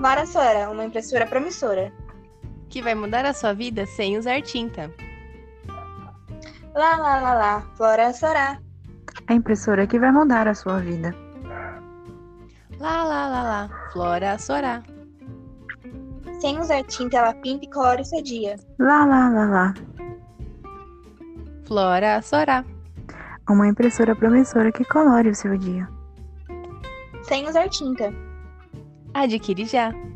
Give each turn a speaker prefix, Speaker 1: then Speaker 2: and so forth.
Speaker 1: Marassora, uma impressora promissora.
Speaker 2: Que vai mudar a sua vida sem usar tinta.
Speaker 1: Lá, lá, lá, lá, Flora Sorá.
Speaker 3: A impressora que vai mudar a sua vida.
Speaker 2: Lá, lá, lá, lá, Flora Sorá.
Speaker 1: Sem usar tinta, ela pinta e colore seu dia.
Speaker 3: Lá, lá, lá, lá.
Speaker 2: Flora Sorá.
Speaker 3: Uma impressora promissora que colore o seu dia.
Speaker 1: Sem usar tinta.
Speaker 2: Adquire já!